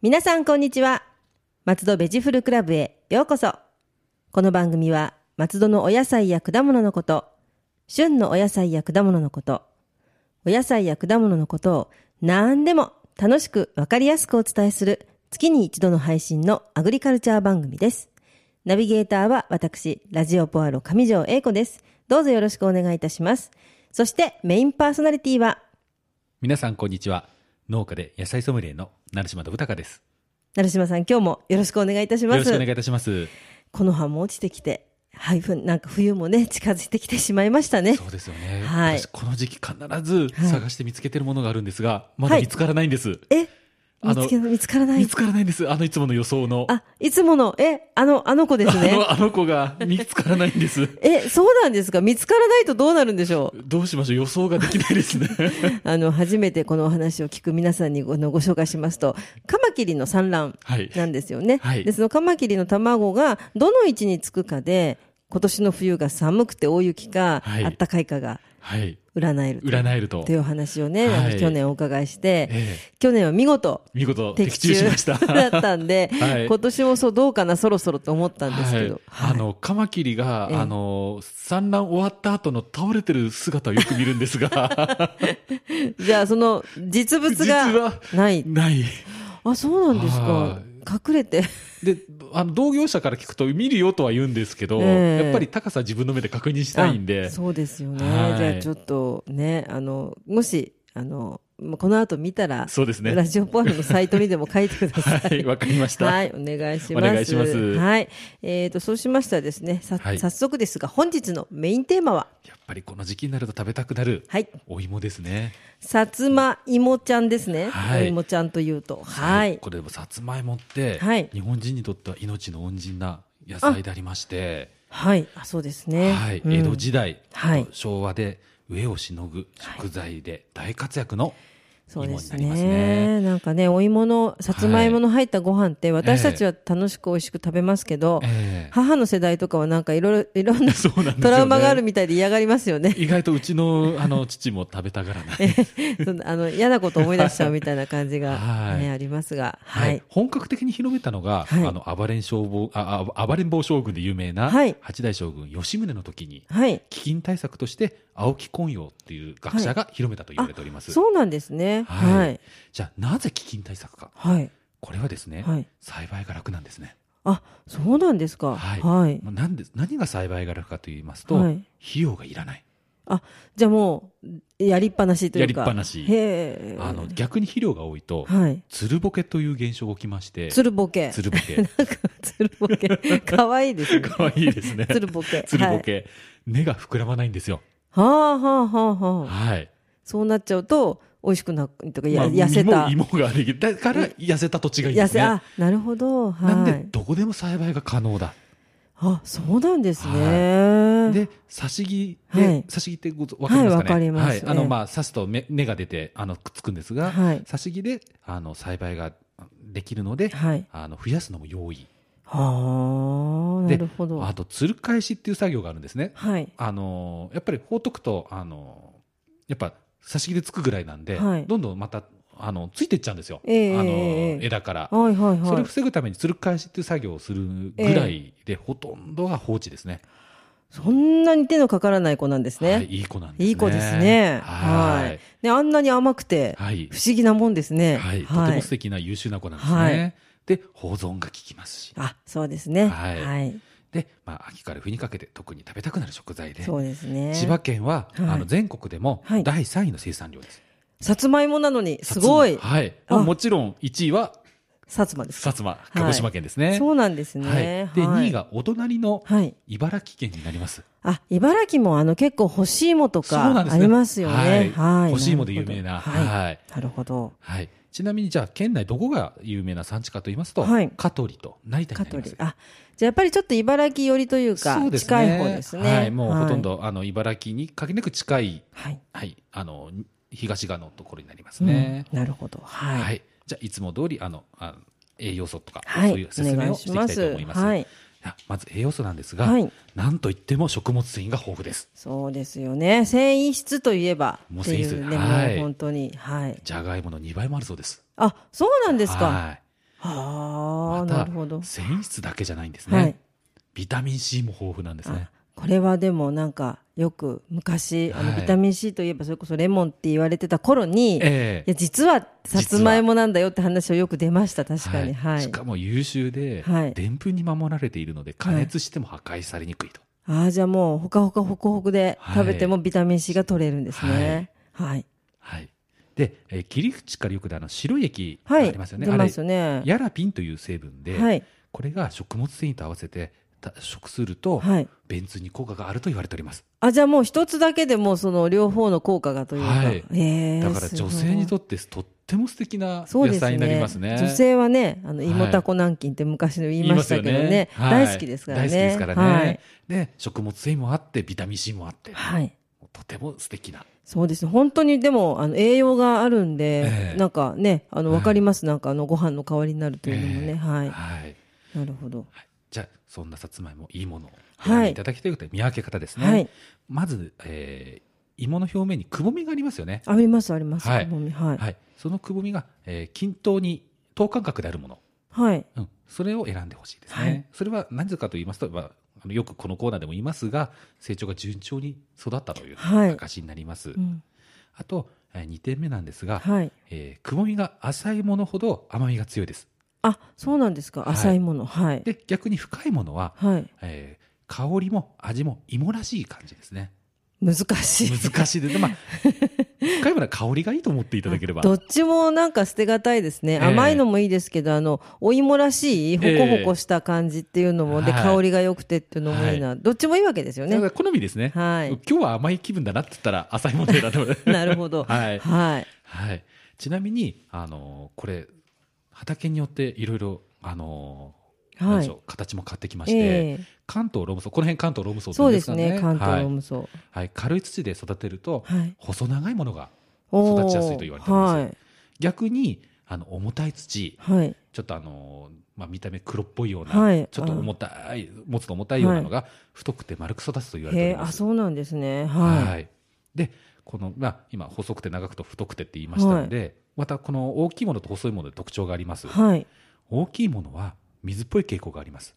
皆さんこんにちは松戸ベジフルクラブへようこそこの番組は松戸のお野菜や果物のこと旬のお野菜や果物のことお野菜や果物のことを何でも楽しくわかりやすくお伝えする月に一度の配信のアグリカルチャー番組ですナビゲーターは私ラジオポアロ上条英子ですどうぞよろしくお願いいたしますそしてメインパーソナリティは皆さんこんにちは農家で野菜ソムリエの成島信孝です成島さん今日もよろしくお願いいたしよまろすしくお願いいたしますこの葉も落ちてきて、はい、ふんなんか冬もね、近づいてきてしまいましたね。そうですよね、はい私この時期必ず探して見つけてるものがあるんですが、まだはい見つからないんです、えあ見のつけ、見つからない見つ。からないんですあのいつもの予想のあ、いつもの、え、あの、あの子ですあね。のあの子が見つからないんですえ、そうなんですか見つからないとどうなるんでしょうどうしましょう予想ができないですね あの、初めてこのお話を聞く皆さんにごあのご紹介しますと、カマキリの産卵はいなんですよね。はいで、そのカマキリの卵がどの位置につくかで、今年の冬が寒くて大雪か、はいあったかいかがはい占えると。占えるとというお話をね、あのはい去年お伺いして、え去年は見事、見事的的中中しました だったんで、 はい今年もそうどうかなそろそろと思ったんですけど、はいあのカマキリが、ええあの産卵終わった後の倒れてる姿をよく見るんです がじゃあその実物実がはないないあそうなんですはか隠れ てであの同業者から聞くと見るよとは言うんですけど、ええやっぱり高さ自分の目で確認したいんであそうですよね、はいじゃあちょっとねあのもしあのまあこの後見たら、そうですねラジオポアロのサイトにでも書いてくださいはいわかりました、はい、お願いします。お願いしますはい、えっ、と、そうしましたらですね、さ、はい早速ですが、本日のメインテーマは、やっぱりこの時期になると食べたくなるはい、お芋ですねさつまいもちゃんですね。はおい芋ちゃんというと、はい。これでもさつまいもって、はい日本人にとっては命の恩人な野菜でありまして、はい、あそうですね。はいうん江戸時代、はい昭和で飢えをしのぐ食材で大活躍のそうです芋になりますねね。なんかね、お芋の、さつまいもの入ったご飯って、私たちは楽しく美味しく食べますけど、ええ母の世代とかはなんかいろいろ、いろんな そうなんですよねトラウマがあるみたいで嫌がりますよね。 意外とうちのあの父も食べたがらない、そのあの嫌なこと思い出しちゃうみたいな感じが、はいねありますが、ははいい。本格的に広めたのが、はいあの暴れん消防ああ暴れん坊将軍で有名なはい八代将軍吉宗の時にはい。飢饉対策として青木昆陽っていう学者が広めたと言われております、そうなんですね。はいはい。じゃあなぜ飢饉対策かはい。これはですね、はい栽培が楽なんですね、あ、そうなんですか。はいはい。まあなんで何が栽培が楽かと言いますと、はい費用がいらないじゃあもう、やりっぱなしというか。やりっぱなしへえ。あの逆に肥料が多いと、はい。つるぼけという現象が起きましてつるぼけ。つるぼけ なんか、つるぼけ。かわいいですね。かわいいです ねつるぼけ。 つるはぼい。け、根が膨らまないんですよはあはあはあはあ。はいそうなっちゃうと、美味しくなく、とか、や、まあ痩せた。芋芋ができるだから痩せた土地がいいんで痩すせ、ねあ、なるほど。なんはでい。どこでも栽培が可能だ、あ、そうなんですね。で挿し木はでい挿し木ってご存わかりはいますかねわかりますはいあのええまあ挿すと芽根が出てあのくっつくんですが、はい挿し木であの栽培ができるので、はい。あの増やすのも容易はあ、なでるほど。あとつる返しっていう作業があるんですねはい。あのやっぱり放っとくとあのやっぱ挿し木でつくぐらいなんで、はいどんどんまたあのついてっちゃうんですよ、ええあえええのえ枝から、はいはいそれはをい。防ぐためにつる返しっていう作業をするぐらいで、ほとんどが放置ですねそんなに手のかからない子なんですはい、ね。いい子なんですね。いい子ですね。ははいい。。ね、あんなに甘くて、はい。不思議なもんですね。はい。とても素敵な優秀な子なんですね。はいで、保存が効きますし。あ、そうですね。ははいい。で、まあ、秋から冬にかけて特に食べたくなる食材で。そうですね。千葉県は、はいあの、全国でもはい第3位の生産量です。さつまいもなのに、すごい薩。摩はい。あもちろん1位は薩摩です。薩摩、鹿児島県ですね。そうなんですはい。ね。で、はい2位。がお隣のはい。茨城県になります。あ、茨城もあの結構干し芋とそうなんかですあねりますよね。ははいい。干し芋で有名なはい。はいなるほど。はい。ちなみに、じゃあ、県内どこが有名な産地かと言いますと、はい香取と成田に香なりま取す。あ、じゃあやっぱりちょっと茨城寄りというか、そうですね近い方ですね。はい、もうほとん。ど、あの茨城に限りなく近い、はい。はい、あの東側のところになりますうんね。なるほど。ははいい、じゃあいつも通りあのあの栄養素とか、はい。そういう説お明願をいしていきたいと思います。はい。やまず栄養素なんですが、はい。なんといっても食物繊維が豊富です。そうですよね。繊維質といえばもっうて繊維い質うね、はもいう本当に。はい。じゃがいもの2倍もあるそうです。あ、そうなんですか。はい。はあ、まなたるほど。繊維質だけじゃないんですね。はい。ビタミン C も豊富なんですねあ。これはでもなんかよく昔あのはいビタミン C といえばそれこそレモンって言われてた頃に、いええや実はさつまいもなんだよって話はよく出ました確かにははいい、しかも優秀で、はいでんぷんに守られているので加熱しても破壊されにくいと、ああじゃあもうほかほかホクホクではい食べてもビタミン C が取れるんですねはい、はい、で、えー切り口からよくであの白い液がはあいりますよね、出あまれすよねヤラピンという成分で、はいこれが食物繊維と合わせてた食すると、はい便通に効果があると言われておりますあじゃあもう一つだけでもうその両方の効果がというか、はいえだから女性にってとってとっても素敵なそう野です菜ねになりますね女性はねあのはいイモタコ軟禁って昔の言いましたけどね,、はい大好きですからね大好きですからね、はいで食物繊維もあってビタミン C もあって、はいとても素敵なそうです本当にでもあの栄養があるんで、ええなんかねあのはいわかります、なんかあのご飯の代わりになるというのもね、ええはいはいなるほどはいじゃあそんなさつまいもいいものをはい選んでいただきたいことで見分け方ですね、はいまず、えー芋の表面にくぼみがありますよね、ありますあります、はいくぼみはいはい、そのくぼみが、えー均等に等間隔であるもの、はいうん、それを選んでほしいですね、はいそれは何故かと言いますと、まあ、あのよくこのコーナーでも言いますが成長が順調に育ったというはい証になります、うんあと、え2点目なんですが、はいえーくぼみが浅いものほど甘みが強いですあそうなんですかはい浅いものはいで逆に深いものは、はいえー香りも味も芋らしい感じですね難しい難しいです。まあ、深いものは香りがいいと思っていただければ。どっちもなんか捨てがたいですね、ええ甘いのもいいですけどあのお芋らしいホコホコした感じっていうのも、ではい香りが良くてっていうのもいいな、どっちもいいわけですよだかねら好みですね、はい 今日は甘い気分だなって言ったら浅いもの選んでも らなるほどはいはいはい。ちなみに、あのーこれ、畑によっていろいろ、あのーなんはでいしょう形も変わってきまして、ええ関東ローム層、この辺関東ローム層ってそ言うんでですすかね関東ローはいム層はい。軽い土で育てると、はい細長いものが、おー育ちやすいと言われてますはい逆に、あの、重たい土、はいちょっとあのーまあ、見た目黒っぽいような、はいちょっと重たい、持つと重たいようなのが、太くて丸く育つと言われておへりえまあす。そうなんですねはい、はで、この、まあ、今、細くて長くと太くてって言いましたので、またこの大きいものと細いもので特徴がありますい。はい大きいものは水っぽい傾向があります。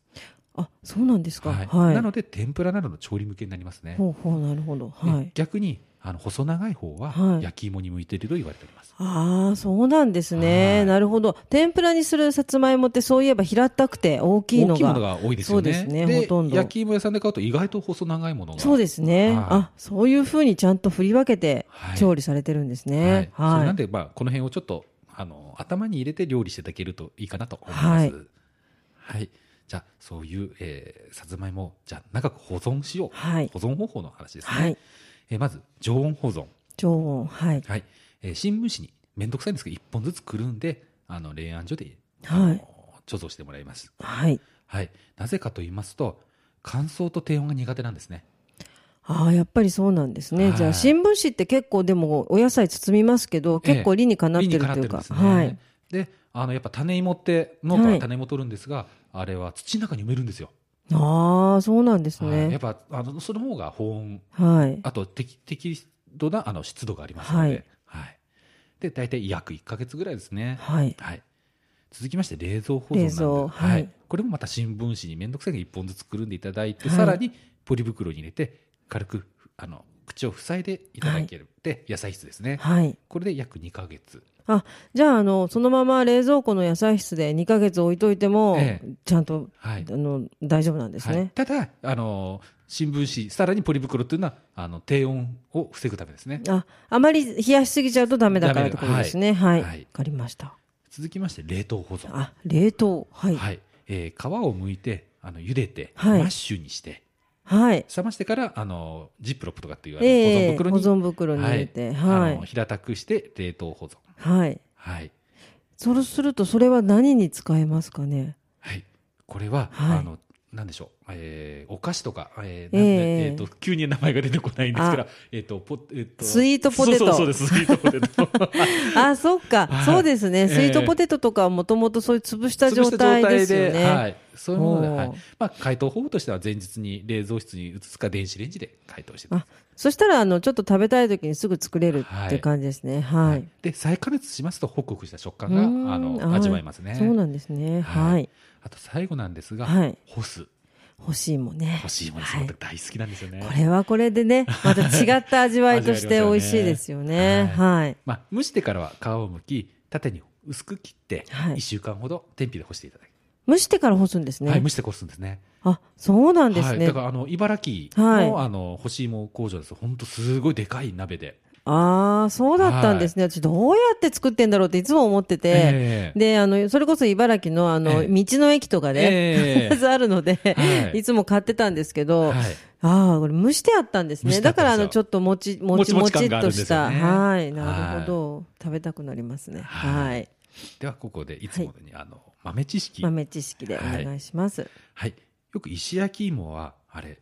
あそうなんですかはい。はいなので、天ぷらなどの調理向けになりますね。ほうほうなるほどではい逆に、あの、細長い方はは、い焼き芋に向いていると言われております。ああ、そうなんですね、はいなるほど。天ぷらにするさつまいもってそういえば平たくて大きいの大きいものが。が多いですよね。そうですねほとんど焼き芋屋さんで買うと意外と細長いものが。そうですね。はいあ、そういうふうにちゃんと振り分けてはい調理されてるんですね。はいそはれい。なんで、まあ、この辺をちょっとあの頭に入れて料理していただけるといいかなと思います。ははい、じゃあそういう、えーさつまいもをじゃあ長く保存しよう、はい保存方法の話ですね、はい。えーまず常温保存、常温。はい。はいえー新聞紙に面倒くさいんですけど1本ずつくるんであの冷暗所で、あのはい貯蔵してもらいます、はい。はい、なぜかと言いますと乾燥と低温が苦手なんですねああ、やっぱりそうなんですね。はいじゃあ、新聞紙って結構でもお野菜包みますけど、結構理にかなってるというか。理になってるんですはねい。であのやっぱ種芋って農家ははい種芋取るんですが、あれは土の中に埋めるんですよああ、そうなんですはいやねっ。ぱあのその方が保温はい。あと適適度なあの湿度がありますので、はいで大体約1か月ぐらいですね、はい。はい、続きまして冷蔵保存なんです冷蔵はいはいこれもまた新聞紙に面倒くさいので1本ずつくるんでいただいて、はいさらにポリ袋に入れて軽くあの口を塞いでいただける、で野菜室ですね、はい。これで約2か月あじゃああのそのまま冷蔵庫の野菜室で2ヶ月置いといても、えちゃんとはいあの大丈夫なんですはいね、、ただあの新聞紙さらにポリ袋というのはあの低温を防ぐためですねああまり冷やしすぎちゃうとダメだからってことですねはい、わはいかりました続きまして冷凍保存あ冷凍はいはい、はいえー皮を剥いてあの茹でて、はいマッシュにして冷ましてからあのジップロップとかっていうあの、ええ保存袋保に存袋に入れてはあのい平たくして冷凍保存はいはい、そうするとそれは何に使えますかねはい、これは、はいあのなんでしょうえーお菓子とか、えーなんでえええーと急に名前が出てこないんですから、えーとポえーとスイートポテトそうそうそうです、スイートポ テト。あ、そっか、はいそうですね。ええスイートポテトとかはもともとそういう潰した潰状した状態態ですでよね。はい、そういうもので、おーはいまあ、解凍方法としては前日に冷蔵室に移すか電子レンジで解凍してたあ、そしたら、あの、ちょっと食べたい時にすぐ作れるはっいて感じですね。はい。で再加熱しますとホクホクした食うー感んがあのはい味わえますねそうなんですね。は。はいあと最後なんですが、はい干す欲しいもんね。干し芋にすはるいのが大好きなんですよね、これはこれでね、また違った味わいと して美味しいですよね。味わはい。まあ、蒸してからは皮を剥き縦に薄く切ってはい1週間ほど天日で干していただく、蒸してから干すんですね。はい、蒸して干すんですねあ、そうなんですはい、ね。だからあの茨城の,、はいあの干し芋工場です本当すごいでかい鍋で、ああ、そうだったんですね。私どうやって作ってんだろうっていつも思ってて。ええで、あの、それこそ茨城のあの、ええ道の駅とかで、ええ 必ずあるので、はいい、つも買ってたんですけど、はいああ、これ蒸してあったんです蒸ね。してあだったからんですよあの、ちょっともち、もちももちもちちっ感があとるんでしすよた。ねはい、なるほど、食べたくなりますね。はいはいではここでいつものように、あの豆知識、豆知識でお願いします。はい、よく石焼き芋はあれ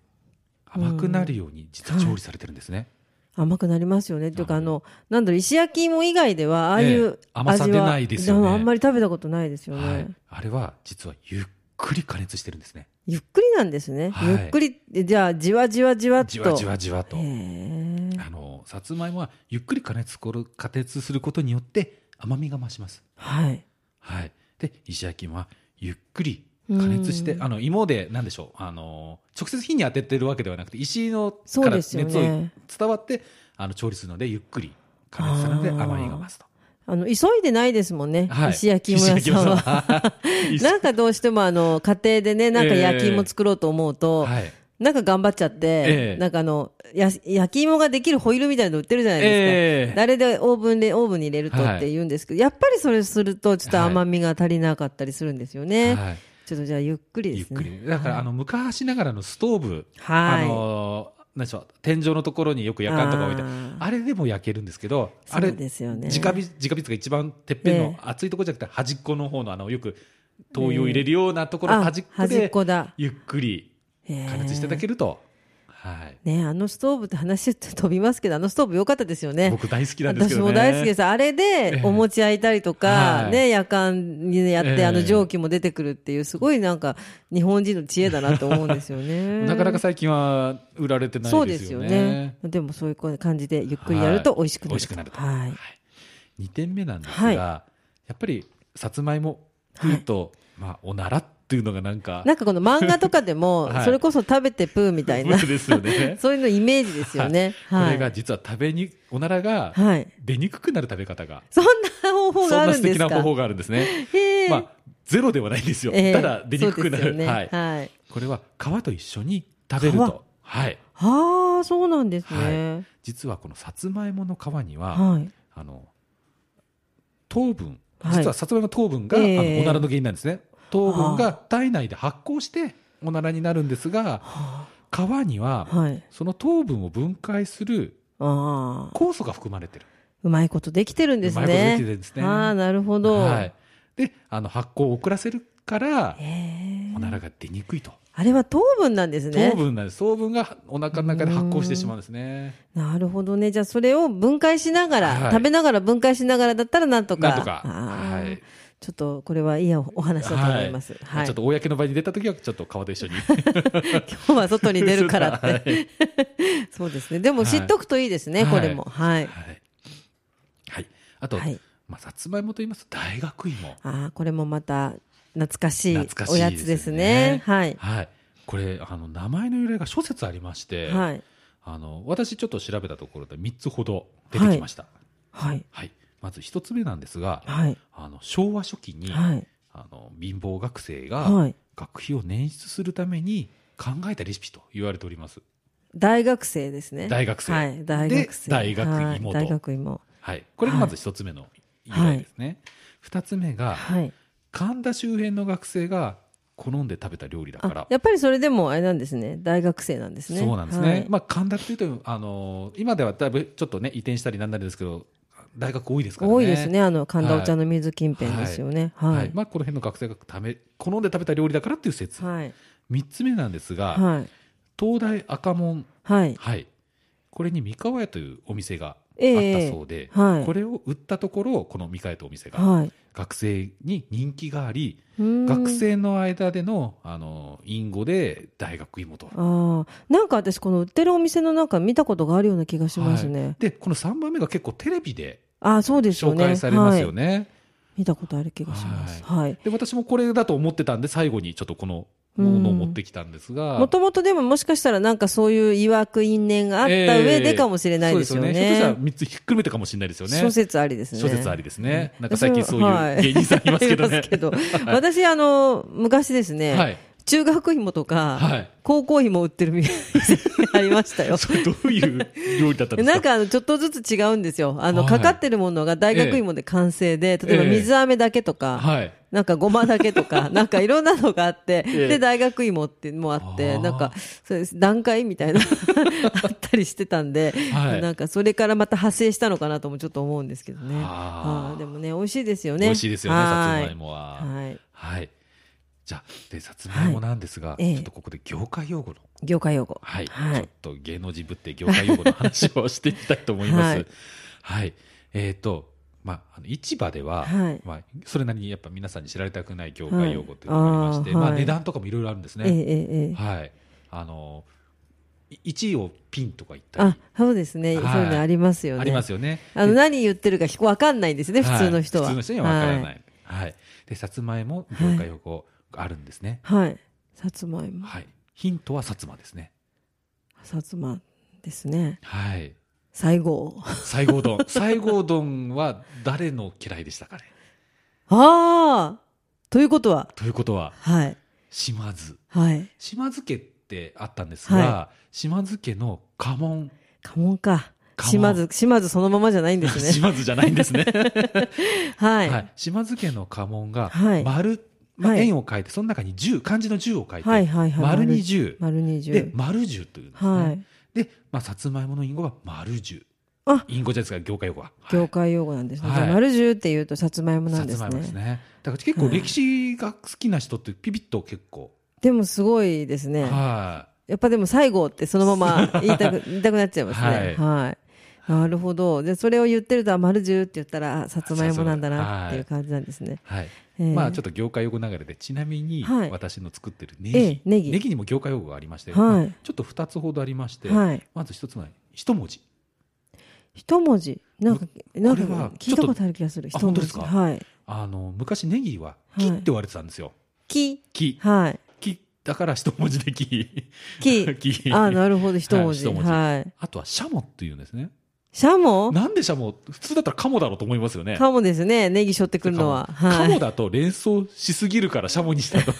甘くなるように実は調理されてるんですね、甘くなりますよね。っていうか、あなるの、なんだろう、石焼き芋以外では、ああいう味はええ、甘さ出ないですよねでもあんまり食べたことないですよね。はいあれは実はゆっくり加熱してるんですねゆっくりなんですね。はいゆっくり、じゃあ、じわじわじわっと。じわじわじわとへえあのさつまいもはゆっくり加熱する加熱することによって甘みが増します、はい。はい、で石焼き芋はゆっくり加熱してうんあの芋でなんでしょうあの直接火に当ててるわけではなくて石のかそうらで熱すをよね伝わってあの調理するのでゆっくり加熱するので甘みが増すと。あの、急いでないですもんね。はい石焼き芋屋さ んは。石焼き芋屋さんは なんかどうしてもあの、家庭でね、なんか焼き芋作ろうと思うと、 はい、なんか頑張っちゃって、ええなんかあの、や、焼き芋ができるホイールみたいなの売ってるじゃないですか。ええ誰でオーブンで、オーブンに入れるとって言うんですけど、やっぱりそれするとちょっと甘みが足りなかったりするんですよね。はいちょっとじゃあゆっくりゆでっすくね。りだから、あの昔ながらのストーブ、はいあのーなんでしょう天井のところによく夜間とか置いてああーれでも焼けるんですけどあそれうですよね。直火直火とか一番てっぺんのえ熱いところじゃなくて端っこの方のあのよく灯油を入れるようなところあの端っこ端っでこだ。ゆっくり加加熱していただけると、はい、ね、あのストーブって話って飛びますけど、あのストーブ良かったですよね。僕大好きなんですけ私どねも大好きです。あれえでえお餅焼いたりとか、はいね、夜間にやって、ええあの蒸気も出てくるっていう、すごいなんか、日本人の知恵だなと思うんですよね。なかなか最近は売られてなそういでですすよよねね。でもそういう感じでゆっくりやるとはい美味しくなる。美味しくなるとはい。 2点目なんですが、はいやっぱりさつまいも食うと、まあ、おならっていうのがなんかなんかこの漫画とかでもは、いそれこそ食べてプーみたい な、そうですよねそういうのイメージですよね。こはれがい。実は食べにおならがはい。出にくくなる食べ方が、そんな方法がそあんなるん素です敵かな方法があるんですね、へえまあ、ゼロではないんですよ、ええただ出にくくなそうる、ですよねはいはい。これは皮と一緒に食べると、はい、ああ、そうなんですね。実はこのさつまいもの皮には、はい。あの糖分はい実はさつまいもの糖分が、ええあのおならの原因なんですね糖分はあが体内で発酵しておならになるんですがは皮にはあはい。その糖分を分解するああ。酵素が含まれてるうまいことできてるんですね。うまいことできてるんですねああ、なるほど。はい、であの発酵を遅らせるからへえおならが出にくいとあれは糖分なんですね。糖分なんです糖分がお腹の中で発酵してしまうんですねなるほどね。じゃあそれを分解しながら、はい食べながら分解しながらだったらなんとか。なんとかああはいちょっとこれはいいおお話だと思います。ははい。ちょっと公の場に出た時はちょっと皮と一緒に今日は外に出るからっ はて。いそうですね。でもはい知っとくといいですね、はいこれも。はい。はい、はい、あと、はい。まあ、さつまいもと言いますと大学芋ああ、これもまた懐かしい懐かしおいやつですね。はい。はい、これあの名前の由来が諸説ありまして、はい。あの私ちょっと調べたところで3つほど出てきました、はいはい。まず1つ目なんですが、はい。あの昭和初期に、はい。あの貧乏学生がはい。学費を捻出するために考えたレシピと言われております、大学生ですね。大学生はい。大学生。で大学芋とはい大学芋。はい、これがまず1つ目の由来ですね、2つ目がはい。神田周辺の学生が好んで食べた料理だからあ、やっぱりそれでもあれなんですね。大学生なんですね。そうなんですね、はいまあ、神田っていうと、あのー今ではだいぶちょっとね移転したりなんなりですけど大学多いですからね多いですね。あの、神田お茶の水近辺ですよね。はいはい。まあ、この辺の学生がため好んで食べた料理だからっていう説、はい。三3つ目なんですが、はい。東大赤門、はい。はい、これに三河屋というお店があっえたえそうで、はい。これを売ったところこの三河屋というお店が、はい。学生に人気があり、学学生の間でのあの隠語で大学芋と。ああ、なんか私この売ってるお店のなんか見たことがあるような気がしますね。でこの3番目が結構テレビでああ、そうですよ紹ね。介されますよはい。ね。見たことある気がします。はい。で私もこれだと思ってたんで最後にちょっとこのものを持ってきたんですが。もともとでももしかしたらなんかそういう曰く因縁があった上でかもしれないですよね。そうひょっとしたら3つひっくるめてかもしれないですよね。諸説ありですね。諸説あり。りですね。なんか最近そういう芸人さんいますけ どね。私、あの、昔ですね、はい。中学芋とか、 はい高校芋売ってる店ありましたよ。 それどういう料理だったんで すかなんかあのちょっとずつ違うんですよ。あの、はいかかってるものが大学芋で完成で、例えばええ水飴だけとか、はい。なんかごまだけと か、なんかいろんなのがあって、ええで、大学芋っていうのもあって、あーなんか、そうです、段階みたいな、 あったりしてたんで、はいなんかそれからまた派生したのかなともちょっと思うんですけどね。あーあーでもね、美味しいですよね。美味しいですよね、さはつまいもは。はい。はい。じゃあ、で、さつまいもなんですが、ええちょっとここで業界用語の、業界用語。はい。はいちょっと芸能人ぶって業界用語の話をしていきたいと思います。ははいい。えっ、と、まあ、あの市場では、はいまあ、それなりにやっぱ皆さんに知られたくない業界用語っていうのがありましはて、いあーはいまあ、値段とかもいろいろあるんですね。ええええええはい、あの1位をピンとか言ったりあ、そうですね。はいそういうのありますよね。ありますよね。あの、で何言ってるか聞こわかんないんですね、普通の人は。。い普通の人にはわからないい。はい、でさつまいも業界用語あるんですね。はい。さつまいも。はい、ヒントは薩摩ですね。さつまですね。はい、西郷。西 郷丼、西郷丼は誰の嫌いでしたかね。ああということは、ということははい。島津、はい。島津家ってあったんですが、島津家の家紋、家紋か。家島紋津、島津そのままじゃないんですね。 島津じゃないんですね。 はい。はい、島津家の家紋がはい丸、まあはい円を書いてその中に十漢字の十を書いて、はいはいはい丸に十丸二十。で丸十というんですね、はい。で、まあ、さつまいもの隠語は丸十あ隠語じゃないですか業界用語は、はい業界用語なんですね。はいじゃあ丸十っていうとさつまいもなんさでつすまいもですね。ねだから結構歴史が好きな人ってピピッと結構、でもすごいですね。はやっぱでも西郷ってそのま ま言いたく、言いたくなっちゃいますね。はい。なるほど。で、それを言ってると、あ、丸十って言ったら、あ、さつまいもなんだなっていう感じなんですね。い、はいええまあちょっと業界用語流れでちなみにはい私の作ってるネギ、ええネギにも業界用語がありまして、はいまあちょっと2つほどありまして、はいまず1つは一文字一文字。なんか、なんかこれは聞いたことある気がする。ちょ一っとあ文本字。当ですかはい。あの昔ネギははい木って言われてたんですよ、木。木はい。木だから一文字で木。木。 木あ、なるほど、一文はい字。一文字はい。あとはシャモっていうんですね。シャモなんでシャモ普通だったらカモだろうと思いますよね。カモですね。ネギ背負ってくるのは。カモカはモい。だと連想しすぎるからシャモにしたと。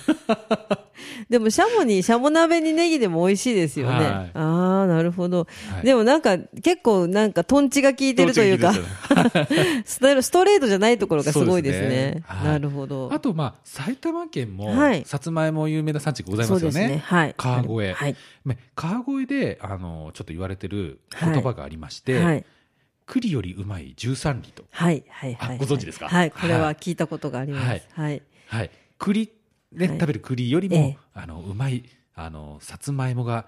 でも、シャモに、シャモ鍋にネギでも美味しいですよね。はいああ、なるほど。は いでもなんか、結構なんか、トンチが効いてるというか、同時にですよねストレストレートじゃないところがすごいですそうですねね。はいなるほど。あとまあ埼玉県もはいさつまいも有名な産地がございそまうすよですね。ね。はい。川越はい。まあ川越であのちょっと言われてる言葉がありまして、はい。栗よりうまい十三里と。はい。はい。あはいご存知ですかはい。これは聞いたことがありますはい。はい。はい、栗、ねはい食べる栗よりも、ええあのうまいあのさつまいもが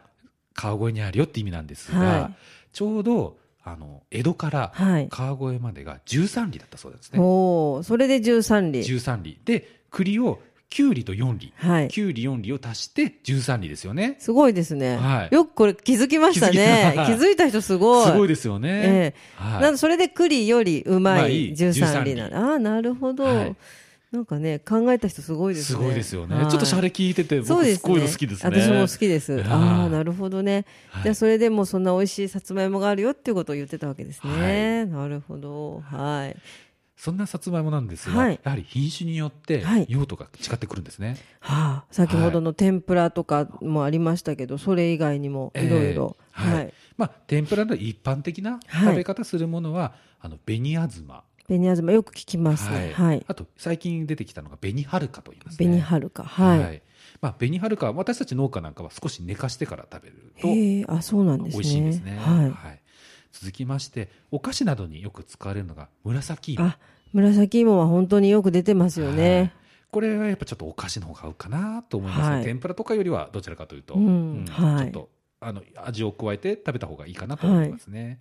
川越にあるよって意味なんですが、はいちょうどあの江戸からはい川越までが13里だったそうなんですね、おお、それで十三里。 13里で栗を9里と4里、はい。 9里4里を足して13里ですよねすごいですね、はいよくこれ気づきましたね。気気づきづいた人すごい。すごいですよね、えはいなんでそれで栗よりうままあいいい13里なの。ああ、なるほど、はいなんかね、考えた人すごいですすね。ごいですよね、はいちょっとシャレ聞いててそう僕ですすね。ごいの好きですね私も好きです。はいああ、なるほどね。はいじゃあ、それでもうそんな美味しいさつまいもがあるよっていうことを言ってたわけですね。なるほど。はい。そんなさつまいもなんですが、はいやはり品種によってはい用途が違ってくるんですね、はあ、先ほどの天ぷらとかもありましたけど、それ以外にもいろいろ。えーははいい。まあ、天ぷらの一般的なはい食べ方するものは、あの紅あずま、紅あずまよく聞きますね。はい。あと最近出てきたのが紅はるかと言いますね紅はるか。はい。まあ、紅はるかは私たち農家なんかは少し寝かしてから食べるとへえ、あ、そうなんですね。美味しいですねは続きましてお菓子などによく使われるのが紫い。芋あ、紫芋は本当によく出てますよはいね。これはやっぱちょっとお菓子の方が合うかなと思いますね、はい天ぷらとかよりはどちらかというと、うんはいちょっとあの味を加えて食べた方がいいかなと思いますね、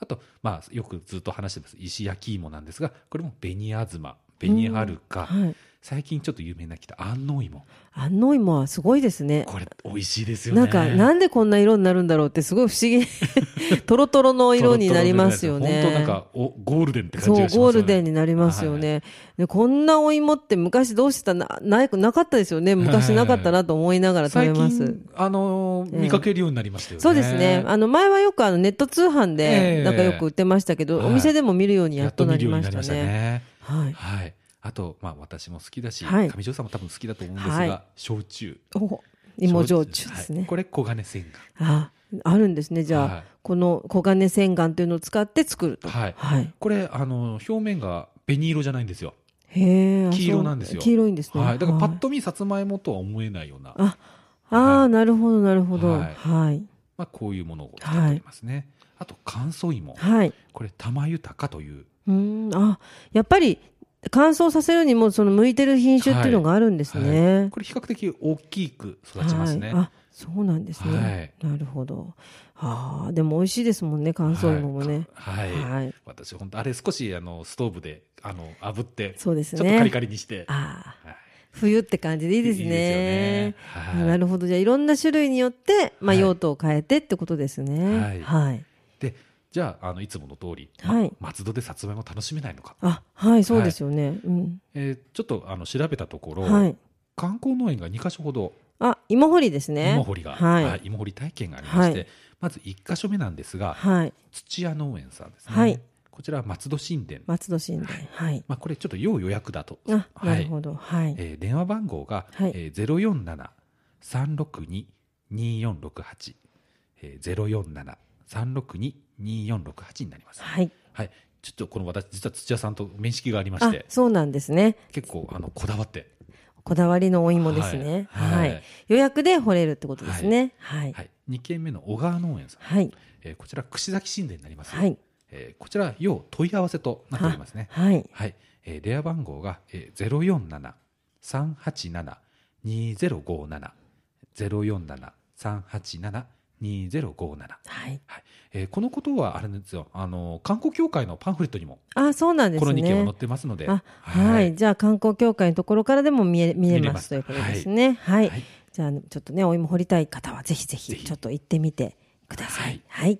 あと、まあ、よくずっと話してます石焼き芋なんですがこれも紅あずま紅はるか、はい。最近ちょっと有名になってきた安納芋安納芋はすごいですね。これ美味しいですよねなんか、なんでこんな色になるんだろうって、すごい不思 議。トロトロの色になりますよね。本当なんかおゴールデンってそ感う、じがしますよねゴールデンになりますよね。でこんなお芋って昔どうしてたな、ないなかったですよね。昔なかったなと思いながら食べ最ます。近あのーええ見かけるようになりましたよね、そうですね。あの、前はよくあのネット通販えでえなんかよく売ってましたけど、はいお店でも見るようにややっっとと見なるりようまになしりたましたね。ね。はい。はい、あと、まあ、私も好きだし、はい上条さんも多分好きだと思うんですが、はい焼酎お芋焼酎ですはいね。これ黄金千賀あ、あるんですね。じゃあ、はいこの黄金洗顔というのを使って作ると。はいはい。これあの表面が紅色じゃないんですよ、へえ。あ黄色なんですそうよ黄色いんですね。はい、だからパッと。と見さつまいもとは思えないような、あ、あはあ、いなるほど、なるほど。はいはい。まあ、こういうものを使っておりますね、あと乾燥芋はい。これ玉豊といううーん、あ、やっぱり乾燥させるにも、その向いてる品種っていうのがあるんですはねい。これ比較的大きく育ちますはね、い、あ、そうなんですね。なるほど。ああ、でも美味しいですもんね、乾燥芋もね。はい、はいはい。私本当あれ少しあのストーブであの炙ってちょそうですっね。とカリカリにして、ああ、はい冬って感じでいいですね。いいですよねあなはいるほど。じゃあ、いろんな種類によって、まあ、はい用途を変えてってことですね。はいはい。でじゃああのいつもの通り、はまい松戸でさつまいも楽しめないのか、あ、はい、そうですよね。うん。えーちょっとあの調べたところ、はい。観光農園が2か所ほどあ、芋掘りですね。芋掘りが、はい。はい芋掘り体験がありまして、はまず1か所目なんですがはい。土屋農園さんですね、はいこちらは松戸新田、松戸神殿。はい。まあ、これちょっと要予約だと、あ、はないるほど。はい。えー電話番号が、はいえー、047-362-2468、えー、047-362-2468になります、はい。はい、ちょっとこの私実は土屋さんと面識がありましあて、そうなんですね。結構あのこだわって、こだわりのお芋ですね。ははいい。はい予約で掘れるってことですね。はい。はい、2軒目の小川農園さん、はい。えーこちら串崎神殿になります、はい。えーこちら要問い合わせとなっておりますねはい。はい、えー電話番号が、えー、047-387-2057 047-387-2057はい。えーこのことはあれなんですよ、あの観光協会のパンフレットにもあ、そうなんですこね。の2件は載ってますので、あ、はい、じゃあ観光協会のところからでも見え見え見れまますすということですね。はい、はいじゃあちょっとねお芋掘りたい方はぜひぜぜひひちょっと行ってみてください。はい。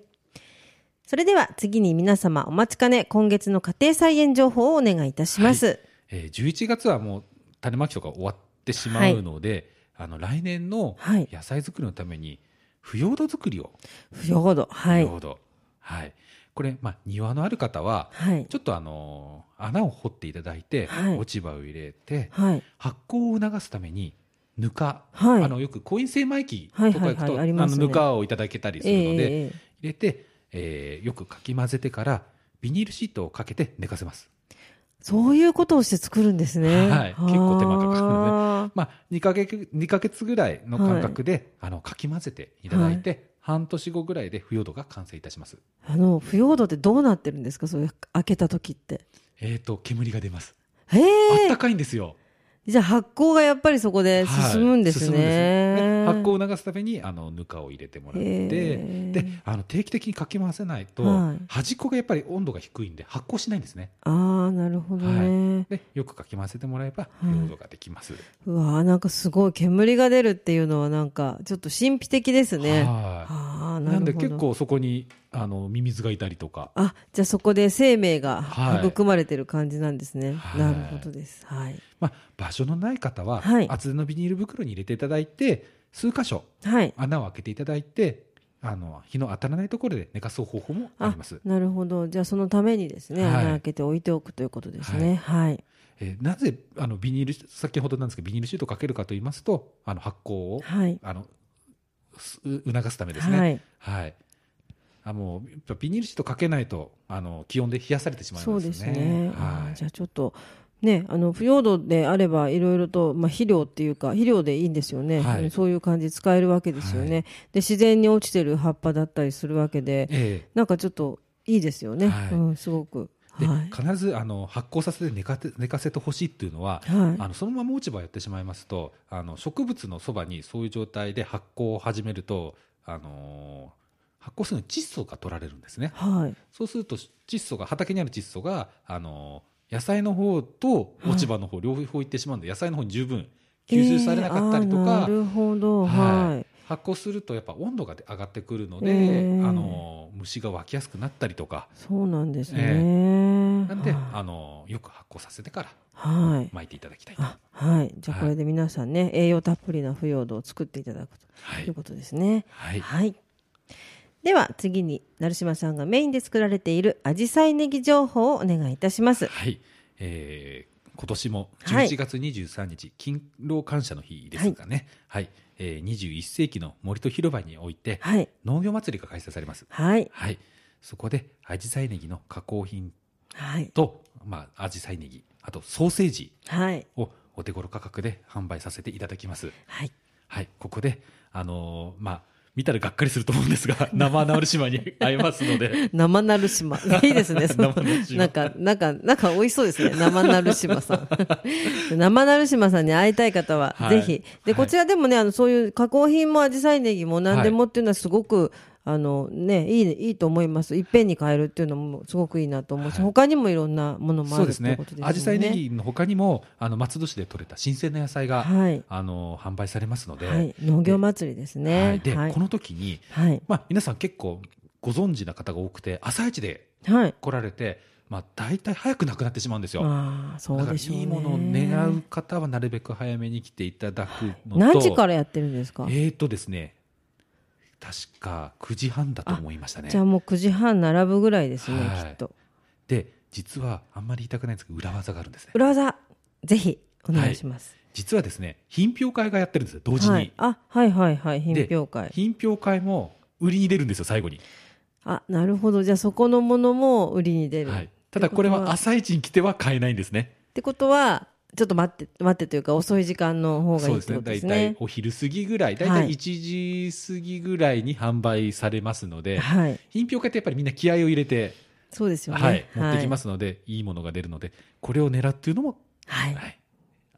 それでは次に皆様お待ちかね今月の家庭菜園情報をお願いいたします。えー11月はもう種まきとか終わってしまうので、あの来年のはい野菜作りのために腐葉土作りを、不要ほどはい腐葉土、はい、これ、まあ、庭のある方ははいちょっとあのー穴を掘っていただいて、はい落ち葉を入れてはい発酵を促すためにぬか、はいあのよくコイン精米機はいとか行くと、はいはいあありますのねぬかをいただけたりすえるえので、ええ入れて、えーよくかき混ぜてからビニールシートをかけて寝かせます、そういうことをして作るんですね。はい結構手間がかかるのでのまあ、2か月二ヶ月ぐらいの間隔で、あのかき混ぜていただいて、半年後ぐらいで腐葉土が完成いたしますあの腐葉土ってどうなってるんですかそういう開けた時って。えっ、と煙が出ます、へえ。あったかいんですよじゃあ発酵がやっぱりそこで進むんですはい進むんね。ですね発酵を促すためにあのぬかを入れてもらっへてーであの定期的にかき回せないと、はい端っこがやっぱり温度が低いんで発酵しないんですねああなるほどね、でよくかき回せてもらえばい腐葉土ができます、うわーなんかすごい煙が出るっていうのはなんかちょっと神秘的ですねはああいなるほどなんで結構そこにあのミミズがいたりとかあじゃあそこで生命がはい育まれてる感じなんですね、はいなるほどですはいまあ、場所のない方は、はい厚手のビニール袋に入れていただいて数箇所はい穴を開けていただいてあの日の当たらないところで寝かす方法もあります、なるほどじゃあそのためにですね、はい穴開けて置いておくということですねはいえーなぜあのビニール先ほどなんですけどビニールシートをかけるかと言いますとあの発酵を、はいあのす促すためですねははい、いあもうやっぱビニールシートかけないとあの気温で冷やされてしまいそまうすねですね、あはーいじゃあちょっとねあの腐葉土であればいろいろと、まあ、肥料っていうか肥料でいいんですよね、はいそういう感じ使えるわけですよね、はで自然に落ちてる葉っぱだったりするわけでえなんかちょっといいですよね、はいうん、すごくえではい必ずあの発酵させて寝かて寝かせてほしいっていうのは、はいあのそのまま落ち葉やってしまいますとあの植物のそばにそういう状態で発酵を始めると、あのー発酵するのに窒素が取られるんですねはいそうすると窒素が畑にある窒素が、あのー野菜の方と落ち葉の方、両方行ってしまうので野菜の方に十分吸収されなかったりとえーあーなか、るほどはいはい発酵するとやっぱ温度が上がってくるので、えーあのー虫が湧きやすくなったりとかそうなんですえねなんで、はあのーよく発酵させてからいはい巻いていただきたいと。あはいじゃあはいこれで皆さんね栄養たっぷりな腐葉土を作っていただくとはいいうことですねはいはいでは次に成島さんがメインで作られているアジサイネギ情報をお願いいたしますはい、えー今年もはい11月23日、勤労感謝の日ですかね、はいえー21世紀の森と広場において、はい農業祭りが開催されます、はいはい、そこでアジサイネギの加工品はいと、まあ、アジサイネギあとソーセージはいをお手頃価格で販売させていただきます、はいはい、ここで、あのーまあ、見たらがっかりすると思うんですが生直島に会えますので。 生なる 島。いいですね。その生成島なんか、なんか、なんか美味しそうですね。生なる島 さん。生なる島さんに会いたい方は、はぜいひ。はで、いこちらでもね、あの、そういう加工品もアジサイネギも何でもっていうのはすごく、あのね、いい、いいと思います。いっぺんに買えるっていうのもすごくいいなと思うし、はい他にもいろんなものもあそるうでっすていうねことですよね。アジサイネギの他にもあの松戸市で採れた新鮮な野菜が、はい。あの販売されますので,、はい。農業祭りですはいね。ではいこ。の時に、はい。まあ、皆さん結構ご存知な方が多くて朝一ではい。来られて、まあ、大体早くなくなってしまうんですよ。ああ、そだうからでしょうね。いいものを狙う方はなるべく早めに来ていただくのと何時からやってるんですかえっ、とですね確か9時半だと思いましたねじゃあもう9時半並ぶぐらいですね、はいきっと。で実はあんまり言いたくないんですけど裏技があるんですね裏技、ぜひお願いします。実はですね品評会がやってるんですよ同時に、はい、あ、はいはいはい、品評会。品評会も売りに出るんですよ最後に、あ、なるほど。じゃあそこのものも売りに出る。はいっ、ただこれは朝一に来ては買えないんですねてことは、ちょっと待って、待ってというか遅い時間の方がいいってことです大体ね。お昼過ぎぐらい大は体い1時過ぎぐらいに販売されますので、はい。品評会ってやっぱりみんな気合を入れて、そうですよね。。はい、持ってきますすので、い、いものが出るのでこれを狙うっていうのも、はい。はい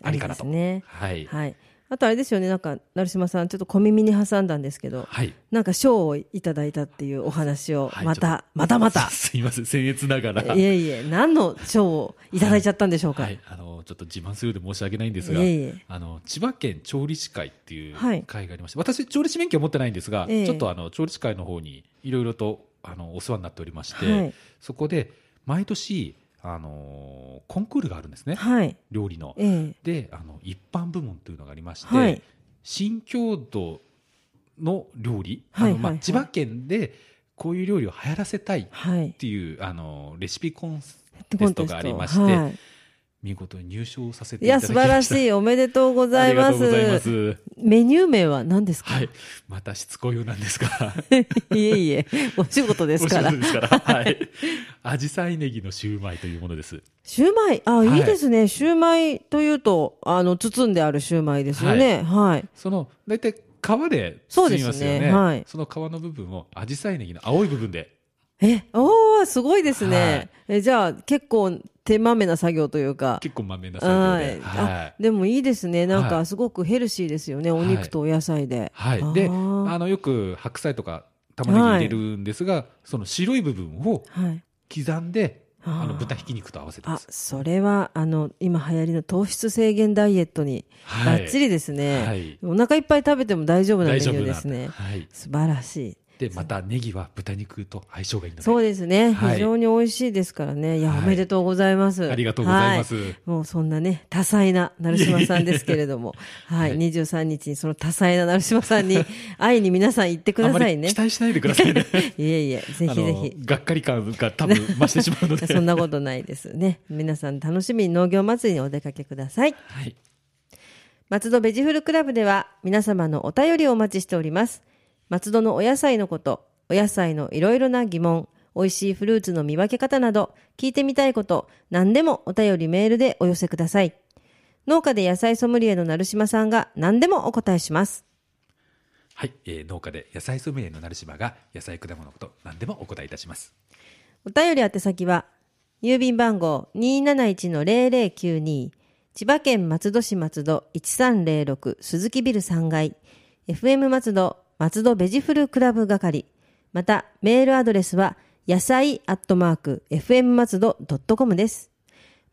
ありかなと、あですね。はいはいはい。あとあれですよね、なんか、成島さん、ちょっと小耳に挟んだんですけど、なんか賞をいただいたっていうお話を、はいま、ちょったまたまた。 すいません僭越ながらいえいえ、何の賞をいただいちゃったんでしょうか。はい、あのちょっと自慢するようで申し訳ないんですが、いえいえあの千葉県調理師会っていうはい会がありまして、私調理師免許は持ってないんですが、ええちょっとあの調理師会の方にいろいろとあのお世話になっておりまして、はいそこで毎年あのーコンクールがあるんですね、はい。料理の。ええ。で、あの一般部門というのがありまして、はい新郷土の料理、はいあのまはいはあい千葉県でこういう料理を流行らせたいっはい。ていうあのレシピコンテストがありまして。はい見事に入賞させていいただや、き素ました。晴らしい。おめでとうござあいりがま。とうございますす。メニュー名は何ですかはい。またしつこいようなんですが。 いえいえ、お仕事ですかお ら仕事。ですから。はい。アジサイネギのシューマイというものです。シューマイ、あ、はいいいですね。シューマイというと、あの、包んであるシューマイですよね。はい。その、大体皮でそう包でみすねますよね。はいその皮の部分をアジサイネギの青い部分で。え、おー、すごいですはねい。え、じゃあ、結構手まめな作業というか。結構まめな作業はで。い。はあい。でもいいですね。なんはか、いすごくヘルシーですよね。お肉とお野菜で。はい。で、あーあの、よく白菜とか玉ねぎ入れるんですが、その白い部分をはい。刻んで、あーあの、豚ひき肉と合わせてまあ、す。それは、あの、今流行りの糖質制限ダイエットに。はバい。ッチリですね、はいお腹いっぱい食べても大丈夫なメ大ニュ丈夫ーなんですねはい。素晴らしいでまたネギは豚肉と相性がいいのでそうですね、はい非常に美味しいですからねいや、はいおめでとうございますありがとうございます、はもうそんなね多彩な成島さんですけれどもはい、はい23日にその多彩な成島さん に会いに皆さん行ってくあだんまさいりね期待しないでくださ いねいえいえぜひあぜのひがっかり感が多分増してしまうので そんなことないですね皆さん楽しみに農業祭りにお出かけくださいはい、松戸ベジフルクラブでは皆様のお便りをお待ちしております。松戸のお野菜のこと、お野菜のいろいろな疑問、美味しいフルーツの見分け方など、聞いてみたいこと、何でもお便りメールでお寄せください。農家で野菜ソムリエの成島さんが何でもお答えします。はいえー農家で野菜ソムリエの成島が野菜果物のこと何でもお答えいたしますお便り宛先は、郵便番号271-0092千葉県松戸市松戸1306鈴木ビル3階 FM 松戸松戸ベジフルクラブ係またメールアドレスは野菜アットマーク FM 松戸 .com です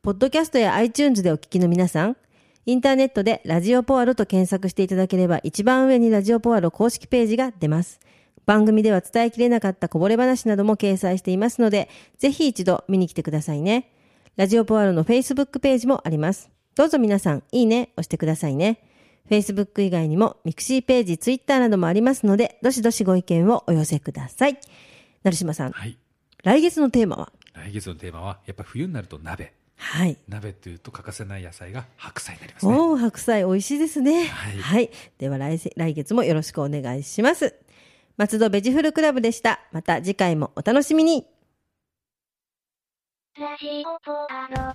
ポッドキャストや iTunes でお聞きの皆さんインターネットでラジオポアロと検索していただければ一番上にラジオポアロ公式ページが出ます番組では伝えきれなかったこぼれ話なども掲載していますので、ぜひ一度見に来てくださいね。ラジオポアロの Facebook ページもあります。どうぞ皆さん、いいね、押してくださいね。Facebook 以外にも、ミクシーページ、Twitter などもありますので、どしどしご意見をお寄せください。成島さん、はい。来月のテーマは来月のテーマは、やっぱ冬になると鍋。はい。鍋というと欠かせない野菜が白菜になりますね。おお、白菜美味しいですね。は。はいいでは来世来月もよろしくお願いします。松戸ベジフルクラブでした。また次回もお楽しみに。ラジオポアロ。